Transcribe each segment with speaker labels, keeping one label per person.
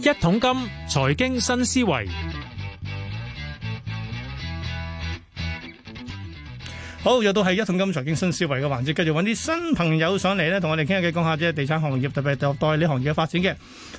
Speaker 1: 一桶金財經新思維，
Speaker 2: 好，又到係一桶金財經新思維嘅環節，繼續揾啲新朋友上嚟咧，同我哋傾下偈，講下即係地產行業，特別係代理行業嘅發展嘅。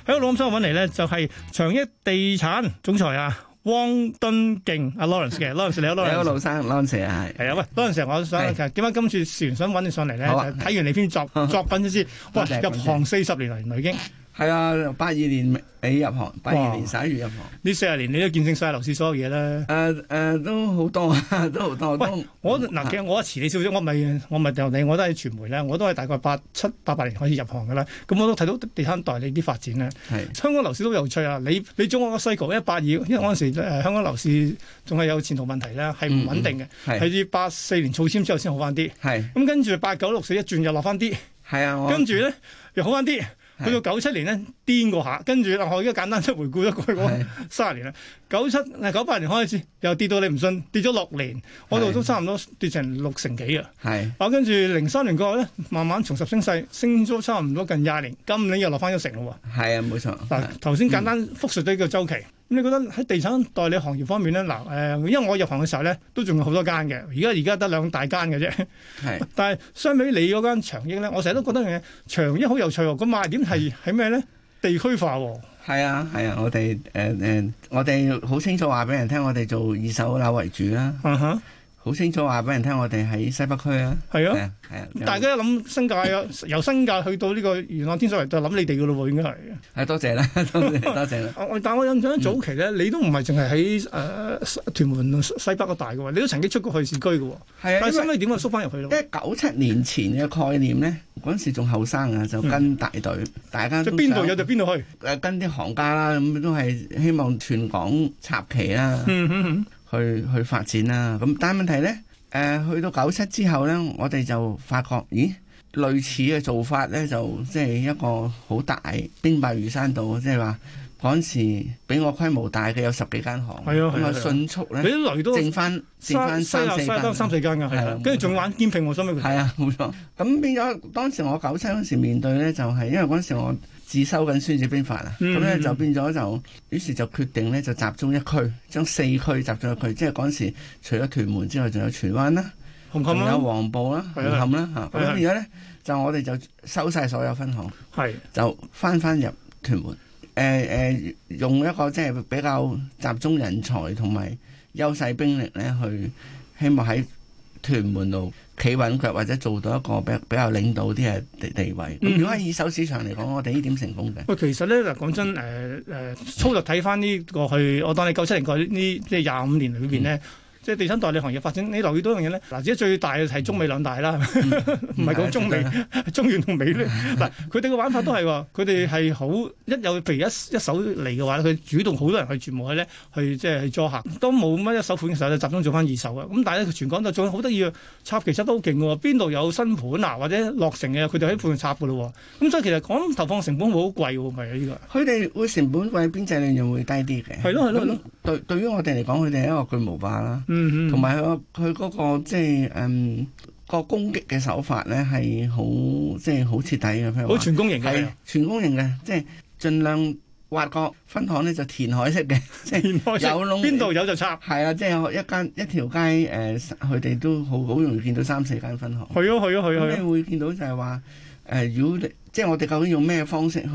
Speaker 2: 喺我老咁想揾嚟咧，就係長益地產總裁啊，汪敦敬阿 Lawrence 嘅，Lawrence 你好
Speaker 3: 你好，
Speaker 2: ，Lawrence。
Speaker 3: 老生，朗 Sir 啊，係
Speaker 2: 係啊，喂，Lawrence，我想
Speaker 3: 係
Speaker 2: 其實點解今次事緣想揾你上嚟咧？就
Speaker 3: 好啊
Speaker 2: 係睇完你篇 作作品先知，哇
Speaker 3: 多謝，
Speaker 2: 入
Speaker 3: 多謝
Speaker 2: 行四十年啦，原來已經
Speaker 3: 係啊，八二年尾入行，八二年十一月入行，
Speaker 2: 呢四十年你都見證晒樓市所有嘢啦。
Speaker 3: 誒誒都好多， 都好多，都
Speaker 2: 喂，我嗱，
Speaker 3: 啊
Speaker 2: 其實我遲你少少，我咪我咪就你，我都係傳媒咧，我都係大概八七八八年開始入行噶啦。咁我都睇到地產代理啲發展咧，
Speaker 3: 係
Speaker 2: 香港樓市都有趣啊！你你中嗰個 cycle 一八二，因為嗰陣時誒香港樓市仲係有前途問題啦，
Speaker 3: 嗯
Speaker 2: 係唔穩定嘅，
Speaker 3: 係
Speaker 2: 係要八四年措簽之後先好翻啲。
Speaker 3: 係
Speaker 2: 咁跟住八九六四一轉又落翻啲，
Speaker 3: 係啊，我
Speaker 2: 跟住咧又好翻啲，
Speaker 3: 係
Speaker 2: 去到九七年咧癲過下，跟住嗱我而家簡單即係回顧咗過去嗰
Speaker 3: 係
Speaker 2: 三十年啦，九七九八年開始又跌到你唔信，跌咗六年，我度都差唔多跌成六成幾啊！
Speaker 3: 係
Speaker 2: 啊，跟住零三年過後咧，慢慢重拾升勢，升咗差唔多近廿年，今年又落翻一成咯
Speaker 3: 係啊，冇錯，
Speaker 2: 喎。嗱，頭先簡單複述咗呢個周期，咁你覺得喺地產代理行業方面咧，嗱誒、因為我入行嘅時候咧，都仲有好多間嘅，而家而家得兩大間嘅啫。
Speaker 3: 係
Speaker 2: 但係相比你嗰間長益咧，我成日都覺得樣嘢長益好有趣喎，個賣點係係咩咧？地區化喎，
Speaker 3: 係啊係啊，我哋誒誒，我哋好清楚話俾人聽，我哋做二手樓為主啦，
Speaker 2: 啊哈，
Speaker 3: 好清楚話俾人聽，我哋喺西北區啊，
Speaker 2: 係
Speaker 3: 係
Speaker 2: 啊。
Speaker 3: 啊係啊，
Speaker 2: 大家一諗新界啊， 由新界去到呢個元朗天水圍，就諗你哋噶咯喎，應該係。
Speaker 3: 係多謝啦，多謝多 謝啦，
Speaker 2: 我我但我印象早期咧，你都唔係淨係喺誒屯門西北嗰大嘅喎，你都曾經出過去市區嘅喎。
Speaker 3: 係啊，
Speaker 2: 但係
Speaker 3: 因為
Speaker 2: 收尾點解縮翻入去
Speaker 3: 因
Speaker 2: 咯？
Speaker 3: 為九七年前嘅概念咧，嗰陣時仲後生啊，就跟大隊，大家
Speaker 2: 即
Speaker 3: 都
Speaker 2: 係邊度
Speaker 3: 想
Speaker 2: 有就邊度去。
Speaker 3: 誒跟啲行家啦，咁都係希望全港插旗啦，
Speaker 2: 嗯嗯嗯
Speaker 3: 去去發展啦。咁但係問題呢，誒、去到九七之後呢，我哋就發覺，咦，類似嘅做法呢，就即係一個好大兵敗如山倒，即係話嗰陣時比我規模大嘅有十幾間行，
Speaker 2: 係啊係啊
Speaker 3: 咁
Speaker 2: 係啊
Speaker 3: 迅速呢
Speaker 2: 你，啲雷都
Speaker 3: 剩翻嗯剩翻
Speaker 2: 西
Speaker 3: 三
Speaker 2: 亞
Speaker 3: 四
Speaker 2: 西亞
Speaker 3: 間。
Speaker 2: 三四間㗎，係
Speaker 3: 係
Speaker 2: 啊
Speaker 3: 啊
Speaker 2: 跟住仲玩兼聘我收 尾佢。
Speaker 3: 係啊，冇錯。咁變咗當時我九七嗰時面對呢，就係、因為嗰時我自修緊《孫子兵法》啊，
Speaker 2: 嗯
Speaker 3: 咁呢就變咗就，於是就決定呢，就集中一區，將四區集中一區，即係嗰時除咗屯門之外，仲有荃灣啦，
Speaker 2: 紅
Speaker 3: 仲
Speaker 2: 磡
Speaker 3: 有
Speaker 2: 啦，
Speaker 3: 黃埔啦、
Speaker 2: 嗯係
Speaker 3: 紅
Speaker 2: 啊
Speaker 3: 磡啦嚇。
Speaker 2: 係啊
Speaker 3: 咁變咗呢，就我哋就收晒所有分行，
Speaker 2: 係
Speaker 3: 就翻翻入屯門。誒、誒、用一個即係比較集中人才同埋優勢兵力呢，去希望喺屯門度企穩腳，或者做到一個比比較領導啲嘅地地位。咁、
Speaker 2: 嗯
Speaker 3: 如果喺二手市場嚟講，我哋呢點成功嘅。
Speaker 2: 喂，其實咧嗱，講真誒誒，粗略睇翻呢過去，我當你九七年過呢即係廿五年裏邊咧。即係地產代理行業發展，你留意到一樣嘢咧，嗱，而家最大嘅係中美兩大啦， 唔係 講中美，中原同美咧，嗱，佢哋嘅玩法都係喎，佢哋係好一有譬如一一手嚟嘅話咧，佢主動好多人去全部去咧，去即係去租客。當冇乜一手盤嘅時候咧，集中做翻二手啊。咁但係咧，佢全港就做好得意啊，插旗插得好勁嘅喎，邊度有新盤啊或者落成嘅，佢哋喺附近插嘅咯喎。咁所以其實講投放成本會好貴喎，咪呢
Speaker 3: 佢哋會成本貴，邊際利潤會低啲嘅。
Speaker 2: 係咯係咯係咯
Speaker 3: 咁對對於我哋嚟講，佢哋係一個巨無霸啦。
Speaker 2: 個，嗯
Speaker 3: 同埋佢佢嗰個即係誒個攻擊嘅手法咧係好即係好徹底嘅，譬如
Speaker 2: 好
Speaker 3: 話
Speaker 2: 全公型嘅
Speaker 3: 係，全公營嘅，即係盡量挖角分行咧就填海式嘅， 即係
Speaker 2: 填開式
Speaker 3: 有窿
Speaker 2: 邊度有就插，
Speaker 3: 係啊，即係一間一條街誒，呃佢、哋都好好容易見到三四間分行。
Speaker 2: 去咯去咯去咯
Speaker 3: 咁
Speaker 2: 去
Speaker 3: 你
Speaker 2: 咯，
Speaker 3: 會見到就係話誒，如果你即係我哋究竟用咩方式去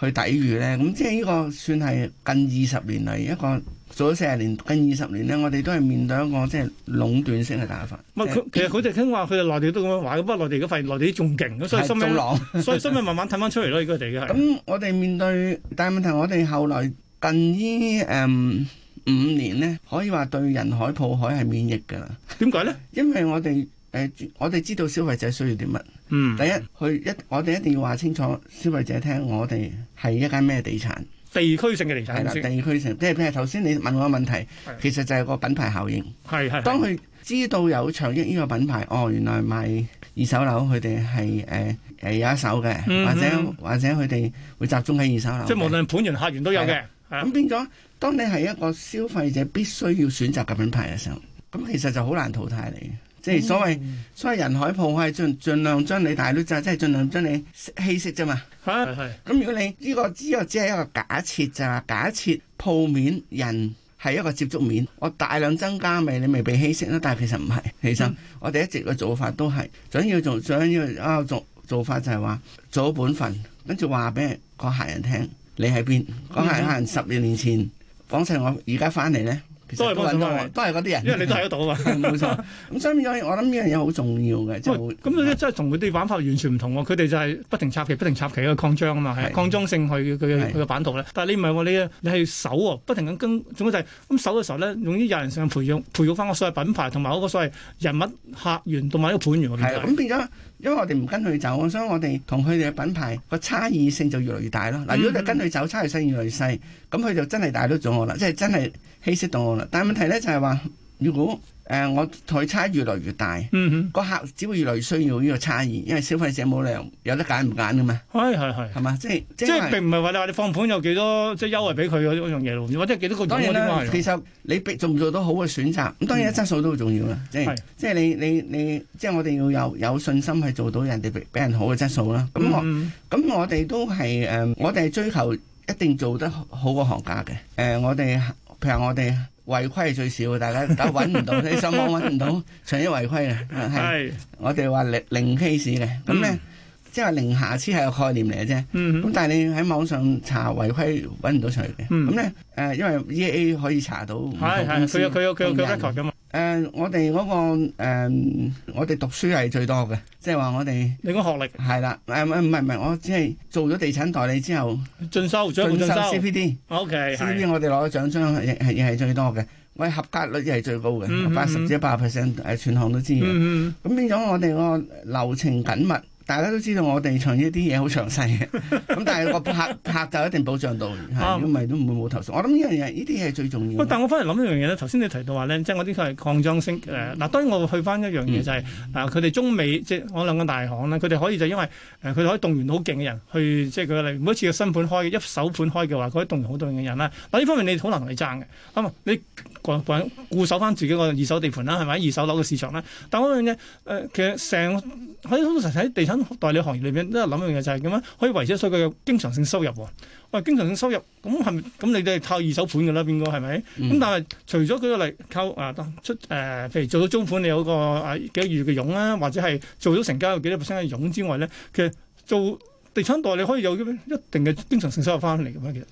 Speaker 3: 去抵禦咧？咁即係呢個算係近二十年嚟一個做咗四十年，近二十年咧，我哋都係面對一個即係壟斷式嘅打法。
Speaker 2: 唔係啊佢其實佢哋聽話，佢哋內地都咁樣玩，不過內地而家發現內地啲仲勁，咁所以
Speaker 3: 係
Speaker 2: 心
Speaker 3: 做
Speaker 2: 尾
Speaker 3: 狼。
Speaker 2: 所以所以咪慢慢睇翻出嚟咯，呢個地嘅係。
Speaker 3: 咁我哋面對，但係問題我哋後來近呢誒五年呢，可以話對人海鋪海係免疫㗎啦，
Speaker 2: 點解咧？
Speaker 3: 因為我哋誒、呃我哋知道消費者需要啲乜。
Speaker 2: 嗯
Speaker 3: 第，一，佢一我哋一定要話清楚消費者聽，我哋係一間咩地產，
Speaker 2: 地區性嘅地
Speaker 3: 係
Speaker 2: 產
Speaker 3: 啦，
Speaker 2: 先
Speaker 3: 地區性，即係譬如頭先你問我個問題
Speaker 2: 係，
Speaker 3: 其實就係個品牌效應。
Speaker 2: 係係。
Speaker 3: 當佢知道有長益呢個品牌，哦，原來賣二手樓，佢哋係誒誒有一手嘅，
Speaker 2: 嗯哼
Speaker 3: 或者或者佢哋會集中喺二手樓嘅。
Speaker 2: 即係無論盤源客源都有嘅，係啊
Speaker 3: 咁變咗，當你係一個消費者必須要選擇嘅品牌嘅時候，咁其實就好難淘汰你嘅。即係所謂所謂人海鋪係盡盡量將你大陸就即係盡量將你稀釋啫嘛。
Speaker 2: 係係
Speaker 3: 咁如果你呢、個呢、個只係一個假設咋，假設鋪面人係一個接觸面，我大量增加咪你咪被稀釋咯，但係其實唔係，其實
Speaker 2: 嗯
Speaker 3: 我哋一直嘅做法都係想要做想要啊做做法就係話做好本分，跟住話俾個客人聽你喺邊，個客人
Speaker 2: 嗯
Speaker 3: 可能十年年前講晒我而家翻嚟咧，其實
Speaker 2: 都係
Speaker 3: 都揾到
Speaker 2: 幫
Speaker 3: 我，
Speaker 2: 襯
Speaker 3: 都係嗰啲人，
Speaker 2: 因為你都喺嗰度啊嘛。
Speaker 3: 冇錯。咁所以變咗我諗呢樣嘢好重要嘅，即
Speaker 2: 喂
Speaker 3: 係會
Speaker 2: 咁呢真係同佢哋玩法完全唔同喎，佢哋就係不停插旗、不停插旗嘅擴張啊嘛，係
Speaker 3: 係
Speaker 2: 擴張性去佢嘅
Speaker 3: 係
Speaker 2: 佢嘅版圖咧。但係你唔係喎，你你係手喎，不停咁跟，總之就係咁手嘅時候咧，用啲有人性培養培育翻個所謂品牌同埋嗰個所謂人物客源同埋一個盤源喎。
Speaker 3: 係
Speaker 2: 變
Speaker 3: 啊，
Speaker 2: 咗係
Speaker 3: 咁變咗，因為我哋唔跟佢走，所以我哋同佢哋嘅品牌個差異性就越嚟越大咯。嗱，如果你跟佢走，差異性越嚟越細，咁佢就真係大到咗我啦，即係真係稀釋到我啦。但係問題咧就係話，如果誒、呃我同佢差越嚟越大，
Speaker 2: 嗯
Speaker 3: 個客只會越嚟越需要呢個差異，因為消費者冇理由有得揀唔揀噶嘛，
Speaker 2: 哼，係係係。
Speaker 3: 係嘛？即係
Speaker 2: 即
Speaker 3: 即
Speaker 2: 係並唔係話你話你放盤有幾多即係優惠俾佢嗰樣嘢咯，或者幾多個
Speaker 3: 當
Speaker 2: 佣
Speaker 3: 然
Speaker 2: 嗰啲
Speaker 3: 啦
Speaker 2: 關，係
Speaker 3: 其實你俾做唔做到好嘅選擇，咁當然質素都好重要啦。即係
Speaker 2: 係
Speaker 3: 即係你你你，即係我哋要有有信心去做到人哋俾俾人好嘅質素啦。咁我
Speaker 2: 嗯
Speaker 3: 咁我哋都係誒、呃我哋係追求一定做得好過行家嘅。誒、我哋譬如我哋違規係最少嘅，大家大家揾唔到，你上網揾 唔到，除咗違規嘅
Speaker 2: 嗯
Speaker 3: 係
Speaker 2: 係
Speaker 3: 我哋話零零 case 嘅。咁咧、
Speaker 2: 嗯
Speaker 3: 即係話零瑕疵係個概念嚟嘅啫。
Speaker 2: 嗯
Speaker 3: 咁
Speaker 2: 哼
Speaker 3: 但係你喺網上查違規揾唔到出嚟嘅，
Speaker 2: 嗯
Speaker 3: 咁咧誒，因為 E A 可以查到唔同
Speaker 2: 係係
Speaker 3: 公司
Speaker 2: 佢有佢有佢有佢
Speaker 3: 同
Speaker 2: 有
Speaker 3: 人
Speaker 2: record 㗎嘛？
Speaker 3: 誒我哋嗰、個、誒我哋讀書係最多嘅，即係話我哋
Speaker 2: 你講學
Speaker 3: 係啦，誒唔係唔係唔係，我只係做咗地產代理之後，
Speaker 2: 歷進修進一步
Speaker 3: 進
Speaker 2: 進
Speaker 3: 修
Speaker 2: 修
Speaker 3: CPD，CPD
Speaker 2: ，OK 係
Speaker 3: 我哋攞嘅獎章係係係最多嘅，我哋合格率亦係最高
Speaker 2: 嗯嗯
Speaker 3: 嘅，
Speaker 2: 嗯
Speaker 3: 八十至一百 percent 誒全行都知嘅。
Speaker 2: 嗯嗯
Speaker 3: 咁變咗我哋個流程緊密，大家都知道我哋唱呢啲嘢好詳細嘅， 咁但係個客客就一定保障到，係
Speaker 2: 啱
Speaker 3: 如果唔係都唔會冇投訴。我諗呢樣嘢，呢啲嘢係最重要
Speaker 2: 喂，
Speaker 3: 嘅。
Speaker 2: 但我翻嚟諗一樣嘢咧，頭先你提到話咧，即係我啲佢係擴張性誒。嗱、當然我會去翻一樣嘢就係、啊，佢哋中美即係我兩個大行啦，佢哋可以就因為誒，佢、哋可以動員到好勁嘅人去，即係佢例如每一次嘅新盤開一手盤開嘅話，佢可以動員好多嘅人啦。嗱，呢方面你好難同你爭嘅，咁啊，你固固固守翻自己個二手地盤啦，係咪？二手樓嘅市場啦。但我嗰樣嘢誒，其實成喺好實喺地產代理行業裏邊都係諗一樣嘢，就係點樣可以維持所佢嘅經常性收入喎。喂，經常性收入咁係咪？咁你哋係靠二手盤㗎啦，邊個係咪？咁、
Speaker 3: 嗯
Speaker 2: 但係除咗舉個例，靠啊出誒、呃譬如做到中款，你有個啊幾個月嘅佣啦，或者係做到成交有幾多 percent 嘅佣之外咧，其實做地產代理可以有一定嘅經常性收入翻嚟嘅咩？其實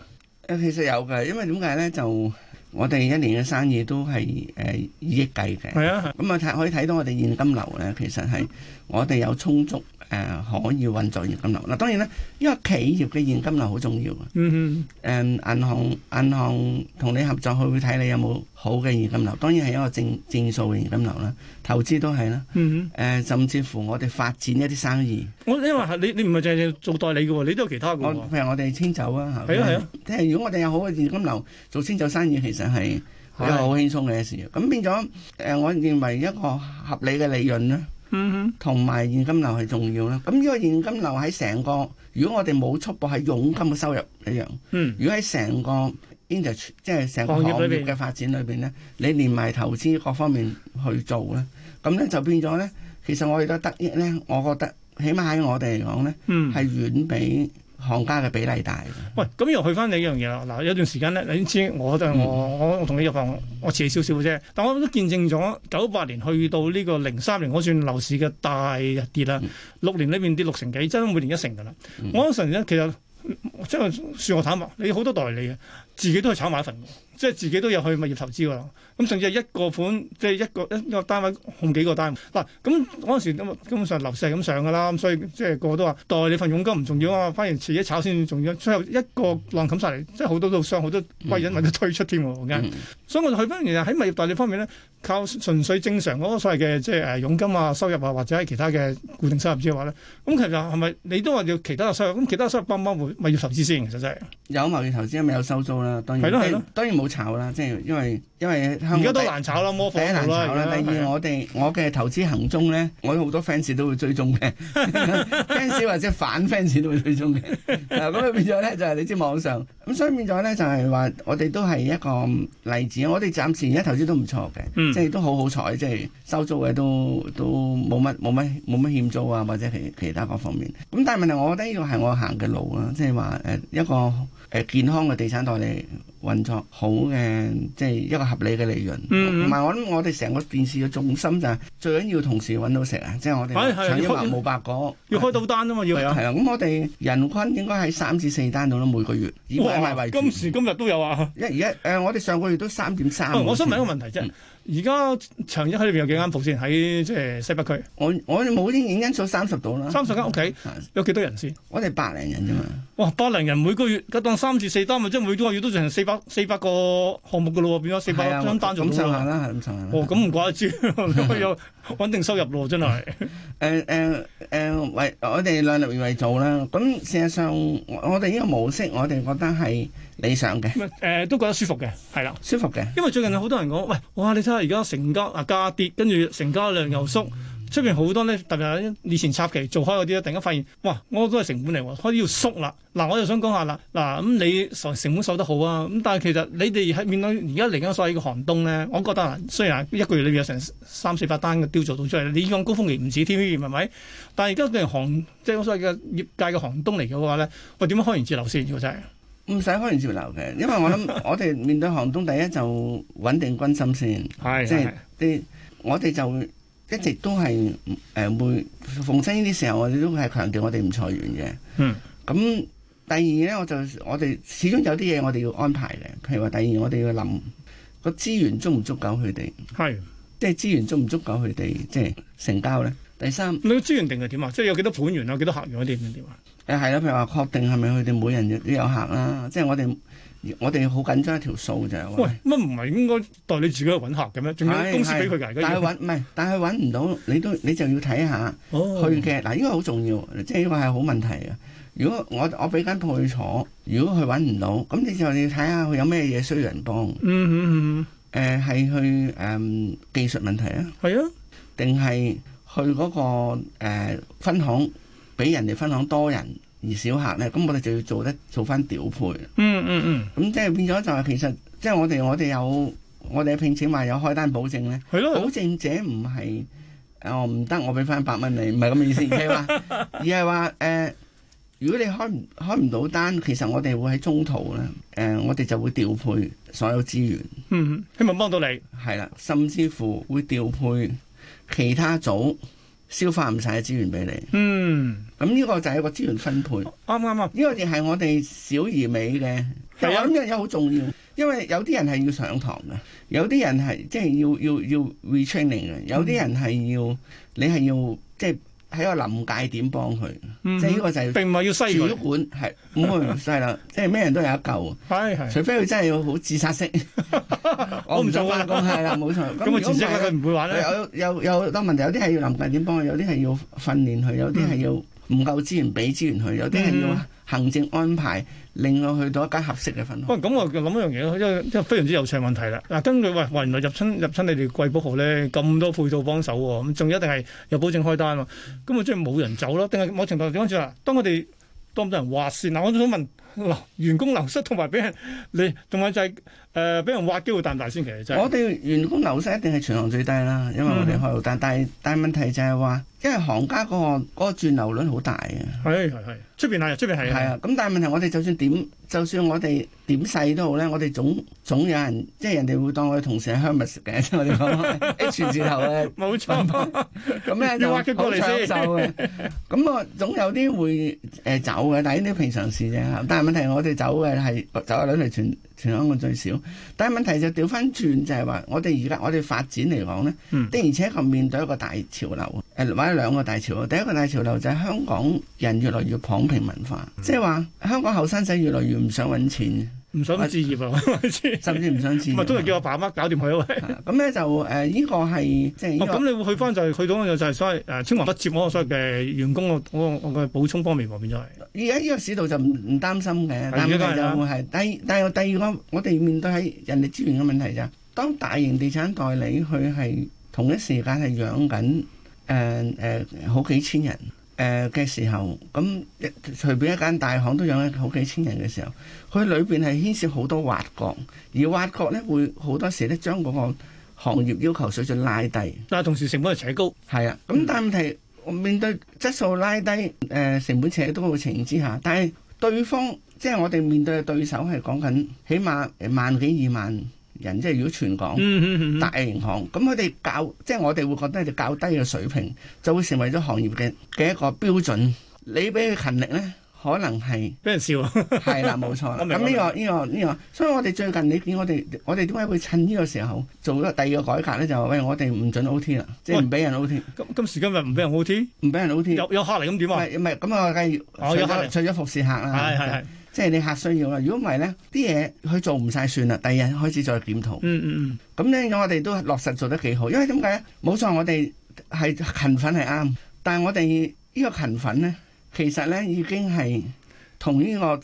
Speaker 3: 誒其實有嘅，因為點解咧？就我哋一年嘅生意都係誒、呃、以億計嘅。
Speaker 2: 係啊，
Speaker 3: 咁啊，睇可以睇到我哋現金流咧，其實係我哋有充足誒、呃可以運作現金流。嗱，當然啦，因為企業嘅現金流好重要嘅。
Speaker 2: 嗯
Speaker 3: 誒、銀行銀行同你合作，佢會睇你有冇好嘅現金流，當然係一個正正數嘅現金流啦。投資都係啦，
Speaker 2: 嗯嗯
Speaker 3: 誒、甚至乎我哋發展一啲生意，
Speaker 2: 哼，我因為係你你唔係淨係做代理嘅喎，你都有其他嘅
Speaker 3: 我
Speaker 2: 喎。
Speaker 3: 譬如我哋遷走啊，
Speaker 2: 係啊係啊，
Speaker 3: 即係如果我哋有好嘅現金流，做遷走生意其實係一個好輕鬆嘅事。咁變咗誒、我認為一個合理嘅利潤啦，
Speaker 2: 嗯
Speaker 3: 同埋現金流係重要啦。咁呢個現金流喺成個，如果我哋冇束縛喺佣金嘅收入一樣。
Speaker 2: 哼嗯，
Speaker 3: 如果喺成個 industry，即係成個
Speaker 2: 行
Speaker 3: 行
Speaker 2: 業裏邊
Speaker 3: 業嘅發展裏邊咧，你連埋投資各方面去做咧，咁咧就變咗咧，其實我哋都得益咧，我覺得起碼喺我哋嚟講咧，
Speaker 2: 嗯
Speaker 3: 係遠比行家嘅比例大嘅。
Speaker 2: 喂，咁又去翻你一樣嘢啦。嗱，有段時間咧，你知我都係我我我同你入行，我遲少少嘅啫。但我都見證咗九八年去到呢個零三年嗰轉樓市嘅大跌啦，六年裏面跌六成幾，真係每年一成㗎啦。我嗰陣時咧，其實即係恕我坦白，你好多代理嘅，自己都係炒埋一份嘅，即係自己都有去物業投資㗎啦。咁甚至係一個盤，即係一個一個單位控幾個單位。嗱，咁嗰陣時咁啊根本上樓市係咁上㗎啦，咁所以即係個個都話代理份佣金唔重要啊，反而自己炒先重要。最後一個浪冚晒嚟，即係好多都傷，好多貴人咪都退出添喎，我驚
Speaker 3: 嗯
Speaker 2: 所以我哋去翻原來喺物業代理方面咧，靠純粹正常嗰個所謂嘅即係誒佣金啊、收入啊，或者係其他嘅固定收入之外咧，咁其實係咪你都話要其他嘅收入？咁其他收入包唔包物物業投資先？其實真係
Speaker 3: 有貿易投資咪有收租啦，當
Speaker 2: 係
Speaker 3: 然
Speaker 2: 咯係
Speaker 3: 當
Speaker 2: 咯
Speaker 3: 然當然冇好炒啦，即係因為因為香港
Speaker 2: 而家都
Speaker 3: 第
Speaker 2: 難炒啦，魔
Speaker 3: 第
Speaker 2: 火
Speaker 3: 一
Speaker 2: 度
Speaker 3: 難炒啦，
Speaker 2: 而家
Speaker 3: 第二我哋我嘅投資行蹤咧，我有好多 fans 都會追蹤 嘅，fans 或者反 fans 都會追蹤嘅。嗱咁啊變咗咧就係你知網上，咁所以變咗咧就係話我哋都係一個嗯例子。我哋暫時而家投資都唔錯嘅，
Speaker 2: 嗯
Speaker 3: 即係都好好彩，即係收租嘅都都冇乜冇乜冇乜欠租啊，或者其其他各方面。咁但係問題，我覺得呢個係我行嘅路啦，即係話誒一個。誒健康嘅地產代理運作好嘅，即係一個合理嘅利潤。
Speaker 2: 嗯
Speaker 3: 同埋我諗，我哋成個電視嘅重心就係最緊要同時揾到食啊！即係我哋
Speaker 2: 係係
Speaker 3: 長
Speaker 2: 要
Speaker 3: 一
Speaker 2: 開
Speaker 3: 百無百果。
Speaker 2: 要開到單啊嘛，要
Speaker 3: 係啊，咁我哋人均應該喺三至四單度啦，每個月以買賣
Speaker 2: 哇
Speaker 3: 為主。
Speaker 2: 今時今日都有啊！
Speaker 3: 因為而家誒，我哋上個月都三點三。
Speaker 2: 啊我想問一個問題
Speaker 3: 嗯
Speaker 2: 啫，而家長一喺裏邊有幾間鋪先？喺即係西北區，
Speaker 3: 我我哋冇啲影因數三十度啦，
Speaker 2: 三十間屋企
Speaker 3: 啊
Speaker 2: 有幾多人先？
Speaker 3: 我哋百零人啫嘛。
Speaker 2: 哇！百零人每個月，咁當三至四單，咪即係每個月都成四百四百個項目噶咯喎，變咗四百
Speaker 3: 係啊
Speaker 2: 張單做
Speaker 3: 咁上
Speaker 2: 啦。
Speaker 3: 下啦，係咁上下啦。
Speaker 2: 哦，咁唔怪得之， 咁有穩定收入咯，真係。
Speaker 3: 誒誒誒，為我哋量力而為做啦。咁事實上，我我哋呢個模式，我哋覺得係理想嘅，
Speaker 2: 誒、都覺得舒服嘅，係啦。
Speaker 3: 舒服嘅。
Speaker 2: 因為最近有好多人講，喂，哇！你睇下而家成交啊價跌，跟住成交量又縮，出邊好多咧，特別係以前插旗做開嗰啲咧，突然間發現，哇！我都係成本嚟喎，開始要縮啦。嗱，我又想講下啦，嗱咁你成成本守得好啊，咁但係其實你哋係面對而家嚟緊所謂嘅寒冬咧，我覺得啊，雖然一個月裏面有成三四百單嘅雕做到出嚟，你講高峰期唔止添，係咪？但係而家對寒即係所謂嘅業界嘅寒冬嚟嘅話咧，喂，點樣開源節流先？要真係。
Speaker 3: 唔使開源節流嘅，因為我諗 我哋面對寒冬，第一就穩定軍心先，
Speaker 2: 係
Speaker 3: 即係啲我哋就一直都係誒會逢親呢啲時候，我哋都係強調我哋唔裁員嘅。
Speaker 2: 嗯。
Speaker 3: 咁第二呢，我就我哋始終有啲嘢我哋要安排嘅，譬如話第二我哋要諗個資源足唔足夠佢哋。
Speaker 2: 係。
Speaker 3: 即係資源足唔足夠佢哋即係成交咧？第三誒
Speaker 2: 你個資源定係點啊？即係有幾多盤源啊？幾多客源嗰啲定點啊？
Speaker 3: 係啦，譬如話確定係咪佢哋每人都有客啦？即係我哋我哋好緊張一條數就係話
Speaker 2: 喂，乜唔係應該代理自己去揾客嘅咩？仲有
Speaker 3: 係
Speaker 2: 公司俾佢㗎，而
Speaker 3: 係但
Speaker 2: 家
Speaker 3: 係
Speaker 2: 要
Speaker 3: 揾唔係，但係揾唔到你都你就要睇下
Speaker 2: 哦
Speaker 3: 佢嘅嗱，呢個好重要，即係呢個係好問題嘅。如果我我俾間鋪佢坐，如果佢揾唔到，咁你就要睇下佢有咩嘢需要人幫。
Speaker 2: 嗯嗯嗯，
Speaker 3: 誒係佢誒技術問題啊，
Speaker 2: 係啊，
Speaker 3: 定係去嗰、個、呃、分行比人哋分行多人而少客咧，咁我哋就要做得做翻調配，咁
Speaker 2: 嗯嗯嗯，
Speaker 3: 即係變咗就係其實即係我哋我哋有我哋聘請話有開單保證咧，
Speaker 2: 係
Speaker 3: 保
Speaker 2: 咯，
Speaker 3: 證者唔係誒我唔得，我俾翻百蚊你，唔係咁嘅意思，而係話而係話誒。如果你開唔開唔到單，其實我哋會喺中途咧，誒、我哋就會調配所有資源，
Speaker 2: 嗯，希望幫到你。
Speaker 3: 係啦，甚至乎會調配其他組消化唔晒嘅資源俾你。
Speaker 2: 嗯，
Speaker 3: 咁呢個就係一個資源分配，呢、
Speaker 2: 啱啱啱，
Speaker 3: 個亦係我哋小而美嘅。但
Speaker 2: 係
Speaker 3: 我
Speaker 2: 啊
Speaker 3: 諗呢樣嘢好重要，因為有啲人係要上堂嘅，有啲人係即係要要要 retraining 嘅，有啲人係要你係要即係喺個臨界點幫佢，
Speaker 2: 嗯
Speaker 3: 即係呢個就係
Speaker 2: 並唔係要西
Speaker 3: 主
Speaker 2: 佢，
Speaker 3: 管係咁佢唔 犀啦，即係咩人都有一嚿，
Speaker 2: 係係，
Speaker 3: 除非佢真係要好自 殺式，
Speaker 2: 我唔做
Speaker 3: 想
Speaker 2: 㗎啦
Speaker 3: 返工係啦，冇錯。
Speaker 2: 咁啊，
Speaker 3: 如果
Speaker 2: 辭
Speaker 3: 唔
Speaker 2: 職
Speaker 3: 係
Speaker 2: 啦，佢唔會玩咧。
Speaker 3: 有有有好多問題，有啲係要臨界點幫佢，有啲係要訓練佢，有啲係要唔夠資源俾資源佢，有啲係要
Speaker 2: 嗯
Speaker 3: 行政安排，令到去到一間合適嘅分行。
Speaker 2: 喂，咁我就諗一樣嘢咯，因為因為非常之有趣嘅問題啦。嗱，根據喂，哇原來入侵入侵你哋貴寶號咧咁多配套幫手喎，咁仲一定係有保證開單喎，咁啊即係冇人走咯，定係某程度點講住啊？當我哋多唔多人挖線嗱，我都想問嗱，員工流失同埋俾人你，同埋就係誒俾人挖機會大唔大先？其實真係
Speaker 3: 我哋員工流失一定係全行最低啦，因為
Speaker 2: 嗯
Speaker 3: 我哋開到單，但係但係問題就係話，因為行家嗰、個嗰、個轉流率好大嘅，
Speaker 2: 係係係，出邊係出邊係
Speaker 3: 係啊。咁但係問題我哋就算點，就算我哋點細都好咧，我哋總總有人，即係人哋會當我哋同事係 Hermes 嘅，即係我哋 講 H 字頭啊嘅。
Speaker 2: 冇錯，
Speaker 3: 咁咧
Speaker 2: 要
Speaker 3: 就
Speaker 2: 挖佢過嚟先
Speaker 3: 好搶手嘅。咁我總有啲會誒走嘅，但係呢啲平常事啫。但係問題我哋走嘅係走嘅率係全全香港最少。但係問題就調翻轉就係話，我哋而家我哋發展嚟講咧，
Speaker 2: 嗯
Speaker 3: 的而且確面對一個大潮流，誒或者兩個大潮流。第一個大潮流就係香港人越來越躺平文化，
Speaker 2: 嗯
Speaker 3: 即係話香港後生仔越來越唔想揾錢，
Speaker 2: 唔想置業啊，係咪先
Speaker 3: 甚至唔想置業。
Speaker 2: 啊咪都係叫阿爸阿媽搞掂佢啊喂。
Speaker 3: 啊咁咧就誒呢個係即係呢
Speaker 2: 哦，
Speaker 3: 個
Speaker 2: 咁你會
Speaker 3: 嗯
Speaker 2: 呃去翻就係去到就係所謂誒青黃不接嗰個所謂嘅員工個嗰個我嘅補充方面喎，變咗係
Speaker 3: 而家呢個市道就唔唔擔心嘅，但係
Speaker 2: 而家
Speaker 3: 就
Speaker 2: 梗
Speaker 3: 係第但係第二個，我哋面對喺人力資源嘅問題咋。當大型地產代理佢係同一時間係養緊誒誒好幾千人誒嘅、時候，咁一隨便一間大行都養緊好幾千人嘅時候，佢裏邊係牽涉好多挖角，而挖角咧會好多時咧將嗰個行業要求水準拉低。
Speaker 2: 但係同時成本又扯高，
Speaker 3: 係啊，
Speaker 2: 嗯
Speaker 3: 咁但係問題，我面對質素拉低，誒、成本扯高嘅情形之下，但係對方即係我哋面對嘅對手係講緊起碼誒萬幾二萬人，即係如果全港。
Speaker 2: 嗯嗯嗯嗯，
Speaker 3: 大型行，咁佢哋較即係我哋會覺得佢哋較低嘅水平，就會成為咗行業嘅嘅一個標準。你俾佢勤力呢，可 能係
Speaker 2: 俾人笑啊，
Speaker 3: 係啦，冇錯啦。
Speaker 2: 我
Speaker 3: 咁
Speaker 2: 明
Speaker 3: 呢、個呢、個呢、個，所以我哋最近你見我哋我哋點解會趁呢個時候做咗第二個改革呢？就話喂，我哋唔准 O T 啦，即係唔俾人 O T，
Speaker 2: 今今時今日唔俾人 O T，
Speaker 3: 唔俾人 O T。
Speaker 2: 有有客嚟咁點
Speaker 3: 唔
Speaker 2: 啊？
Speaker 3: 嗯係唔係，咁我梗係
Speaker 2: 哦有
Speaker 3: 除
Speaker 2: 客
Speaker 3: 咗
Speaker 2: 人
Speaker 3: 除咗服侍客
Speaker 2: 係係
Speaker 3: 啦
Speaker 2: 係，，
Speaker 3: 即係你客需要啦。如果唔係呢啲嘢佢做唔晒算啦，第二日開始再檢討。
Speaker 2: 嗯嗯
Speaker 3: 咁呢，我哋都落實做得幾好，因為點解咧？冇錯，我哋係勤奮係啱，但係我哋呢個勤奮呢，其實呢已經係同呢個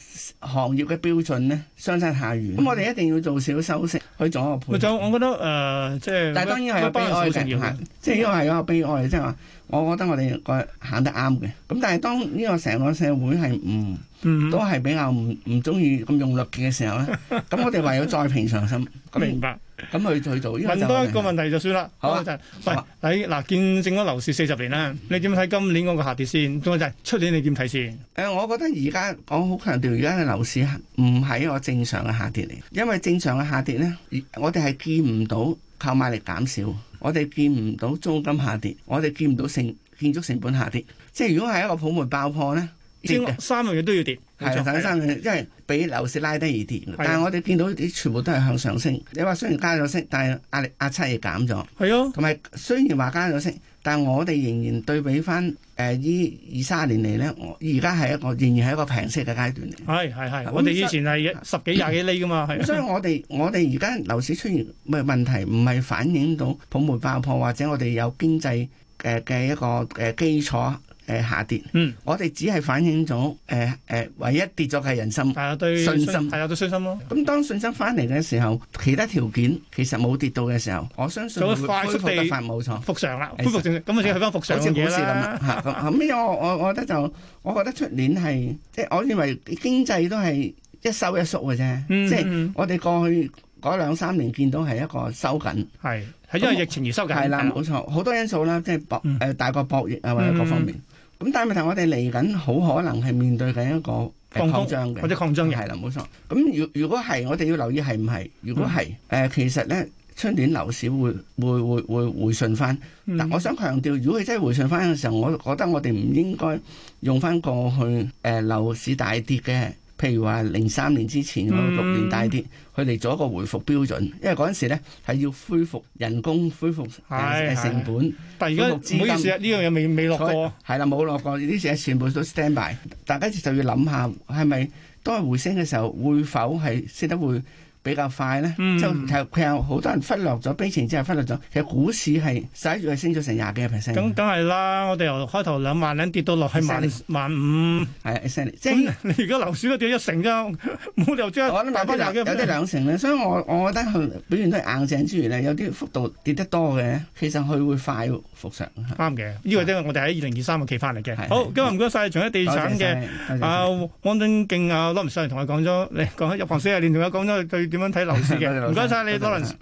Speaker 3: 行業嘅標準呢相差太遠。咁我哋一定要做少收息去做一個
Speaker 2: 嗯，咪
Speaker 3: 配合。
Speaker 2: 就我覺得誒，呃即係
Speaker 3: 但係當然係有悲
Speaker 2: 班人好
Speaker 3: 哀
Speaker 2: 重要
Speaker 3: 嘅，嚇 即係呢個係一個悲哀嘅，即係話我覺得我哋個行得啱嘅。咁但係當呢個成個社會係唔
Speaker 2: 嗯
Speaker 3: 都，係比較唔唔中意咁用力嘅時候呢， 咁我哋唯有再平常心，
Speaker 2: 嗯明
Speaker 3: 咁
Speaker 2: 白。
Speaker 3: 咁去去做。嗯呢個就
Speaker 2: 問多一
Speaker 3: 係
Speaker 2: 個問題就算啦。
Speaker 3: 好啊
Speaker 2: 多謝
Speaker 3: 好啊
Speaker 2: 喂，你嗱見證咗樓市四十年啦，你點睇今年嗰個下跌先？仲有就係出年你點睇先？
Speaker 3: 誒、我覺得而家我好強調，而家嘅樓市唔係一個正常嘅下跌嚟，因為正常嘅下跌呢，我哋係見唔到購買力減少，我哋見唔到租金下跌，我哋見唔到成建築成本下跌。即係如果係一個泡沫爆破呢，跌
Speaker 2: 先
Speaker 3: 嘅
Speaker 2: 三樣嘢都要跌，冇
Speaker 3: 係
Speaker 2: 錯
Speaker 3: 啦，等生因為俾樓市拉低而跌
Speaker 2: 係啊。
Speaker 3: 但係我哋見到啲全部都係向上升。你話雖然加咗息，但係壓力壓差亦減咗。
Speaker 2: 係啊，
Speaker 3: 同埋雖然話加咗息，但我哋仍然對比翻誒依二三年嚟咧，我而家係一個仍然係一個平息嘅階段嚟。
Speaker 2: 係係係。
Speaker 3: 啊咁
Speaker 2: 我哋
Speaker 3: 所以
Speaker 2: 以前係十幾廿幾厘噶嘛，係
Speaker 3: 咁所以我哋我哋而家樓市出現嘅問題，唔係反映到泡沫爆破或者我哋有經濟誒嘅一個誒基礎誒下跌。
Speaker 2: 嗯，
Speaker 3: 我哋只係反映咗誒誒，唯一跌咗嘅係人心。
Speaker 2: 係啊，對
Speaker 3: 信心
Speaker 2: 係啊，對信心咯，
Speaker 3: 咁當信心翻嚟嘅時候，其他條件其實冇跌到嘅時候，我相信
Speaker 2: 就會
Speaker 3: 會
Speaker 2: 快速
Speaker 3: 恢復
Speaker 2: 地
Speaker 3: 得翻冇錯。
Speaker 2: 復常啦，
Speaker 3: 其
Speaker 2: 恢
Speaker 3: 實
Speaker 2: 復正常。咁啊，先去翻復常
Speaker 3: 好似
Speaker 2: 嘅
Speaker 3: 股
Speaker 2: 嘢
Speaker 3: 市咁啊啦
Speaker 2: 啦。
Speaker 3: 嚇。咁後尾我我我覺得就，我覺得出年係即係我認為經濟都係一收一縮嘅啫，
Speaker 2: 嗯
Speaker 3: 即係
Speaker 2: 嗯，
Speaker 3: 我哋過去嗰兩三年見到係一個收緊，
Speaker 2: 係係因為疫情而收緊。
Speaker 3: 係啦冇錯，好多因素啦，即係博
Speaker 2: 嗯
Speaker 3: 誒大國博弈啊或者各方面。咁但係問題我哋嚟緊好可能係面對緊一個誒
Speaker 2: 放
Speaker 3: 擴
Speaker 2: 風
Speaker 3: 張嘅
Speaker 2: 或者擴張嘅，
Speaker 3: 係啦冇錯。咁如如果係，我哋要留意係唔係？如果係誒、
Speaker 2: 嗯
Speaker 3: 其實咧出年樓市會會會會回順翻。
Speaker 2: 嗯
Speaker 3: 嗱，我想強調，如果佢真係回順翻嘅時候，我覺得我哋唔應該用翻過去誒、呃、樓市大跌嘅，譬如話零三年之前嗰
Speaker 2: 嗯
Speaker 3: 六年大跌，佢嚟做一個回復標準，因為嗰陣時咧係要恢復人工、恢復
Speaker 2: 係
Speaker 3: 嘅
Speaker 2: 係
Speaker 3: 成本，
Speaker 2: 但係而家唔好意思啊，呢樣嘢未未落過。
Speaker 3: 係啦冇落過，呢啲嘢全部都 stand by，大家就要諗下係咪當係回升嘅時候，會否係升得會比較快咧？
Speaker 2: 嗯
Speaker 3: 就係佢有好多人忽略咗悲情之後忽略咗，其實股市係十一月係升咗成廿幾個 percent 嘅。
Speaker 2: 咁梗係啦，我哋由開頭兩萬零跌到落去萬萬五，
Speaker 3: 係啊，exactly，即係
Speaker 2: 咁你而家樓市都跌一成咋，冇理由即
Speaker 3: 我
Speaker 2: 係
Speaker 3: 諗
Speaker 2: 大
Speaker 3: 有
Speaker 2: 波
Speaker 3: 啲
Speaker 2: 廿
Speaker 3: 兩
Speaker 2: 幾
Speaker 3: 有啲兩成咧，所以我我覺得佢表現都係硬淨之餘咧，有啲幅度跌得多嘅，其實佢會快復常嚇。
Speaker 2: 啱嘅，呢個即係我哋喺二零二三嘅期翻嚟嘅。
Speaker 3: 係
Speaker 2: 好，
Speaker 3: 係
Speaker 2: 今日唔該晒，長一地
Speaker 3: 多
Speaker 2: 產
Speaker 3: 謝
Speaker 2: 嘅
Speaker 3: 晒，多謝
Speaker 2: 啊
Speaker 3: 晒
Speaker 2: 汪敦敬啊，Lawrence 上嚟同我講咗，你講入行四十年，仲有講咗對點樣睇樓市嘅。唔該晒你
Speaker 3: 多謝晒
Speaker 2: ，Lawrence。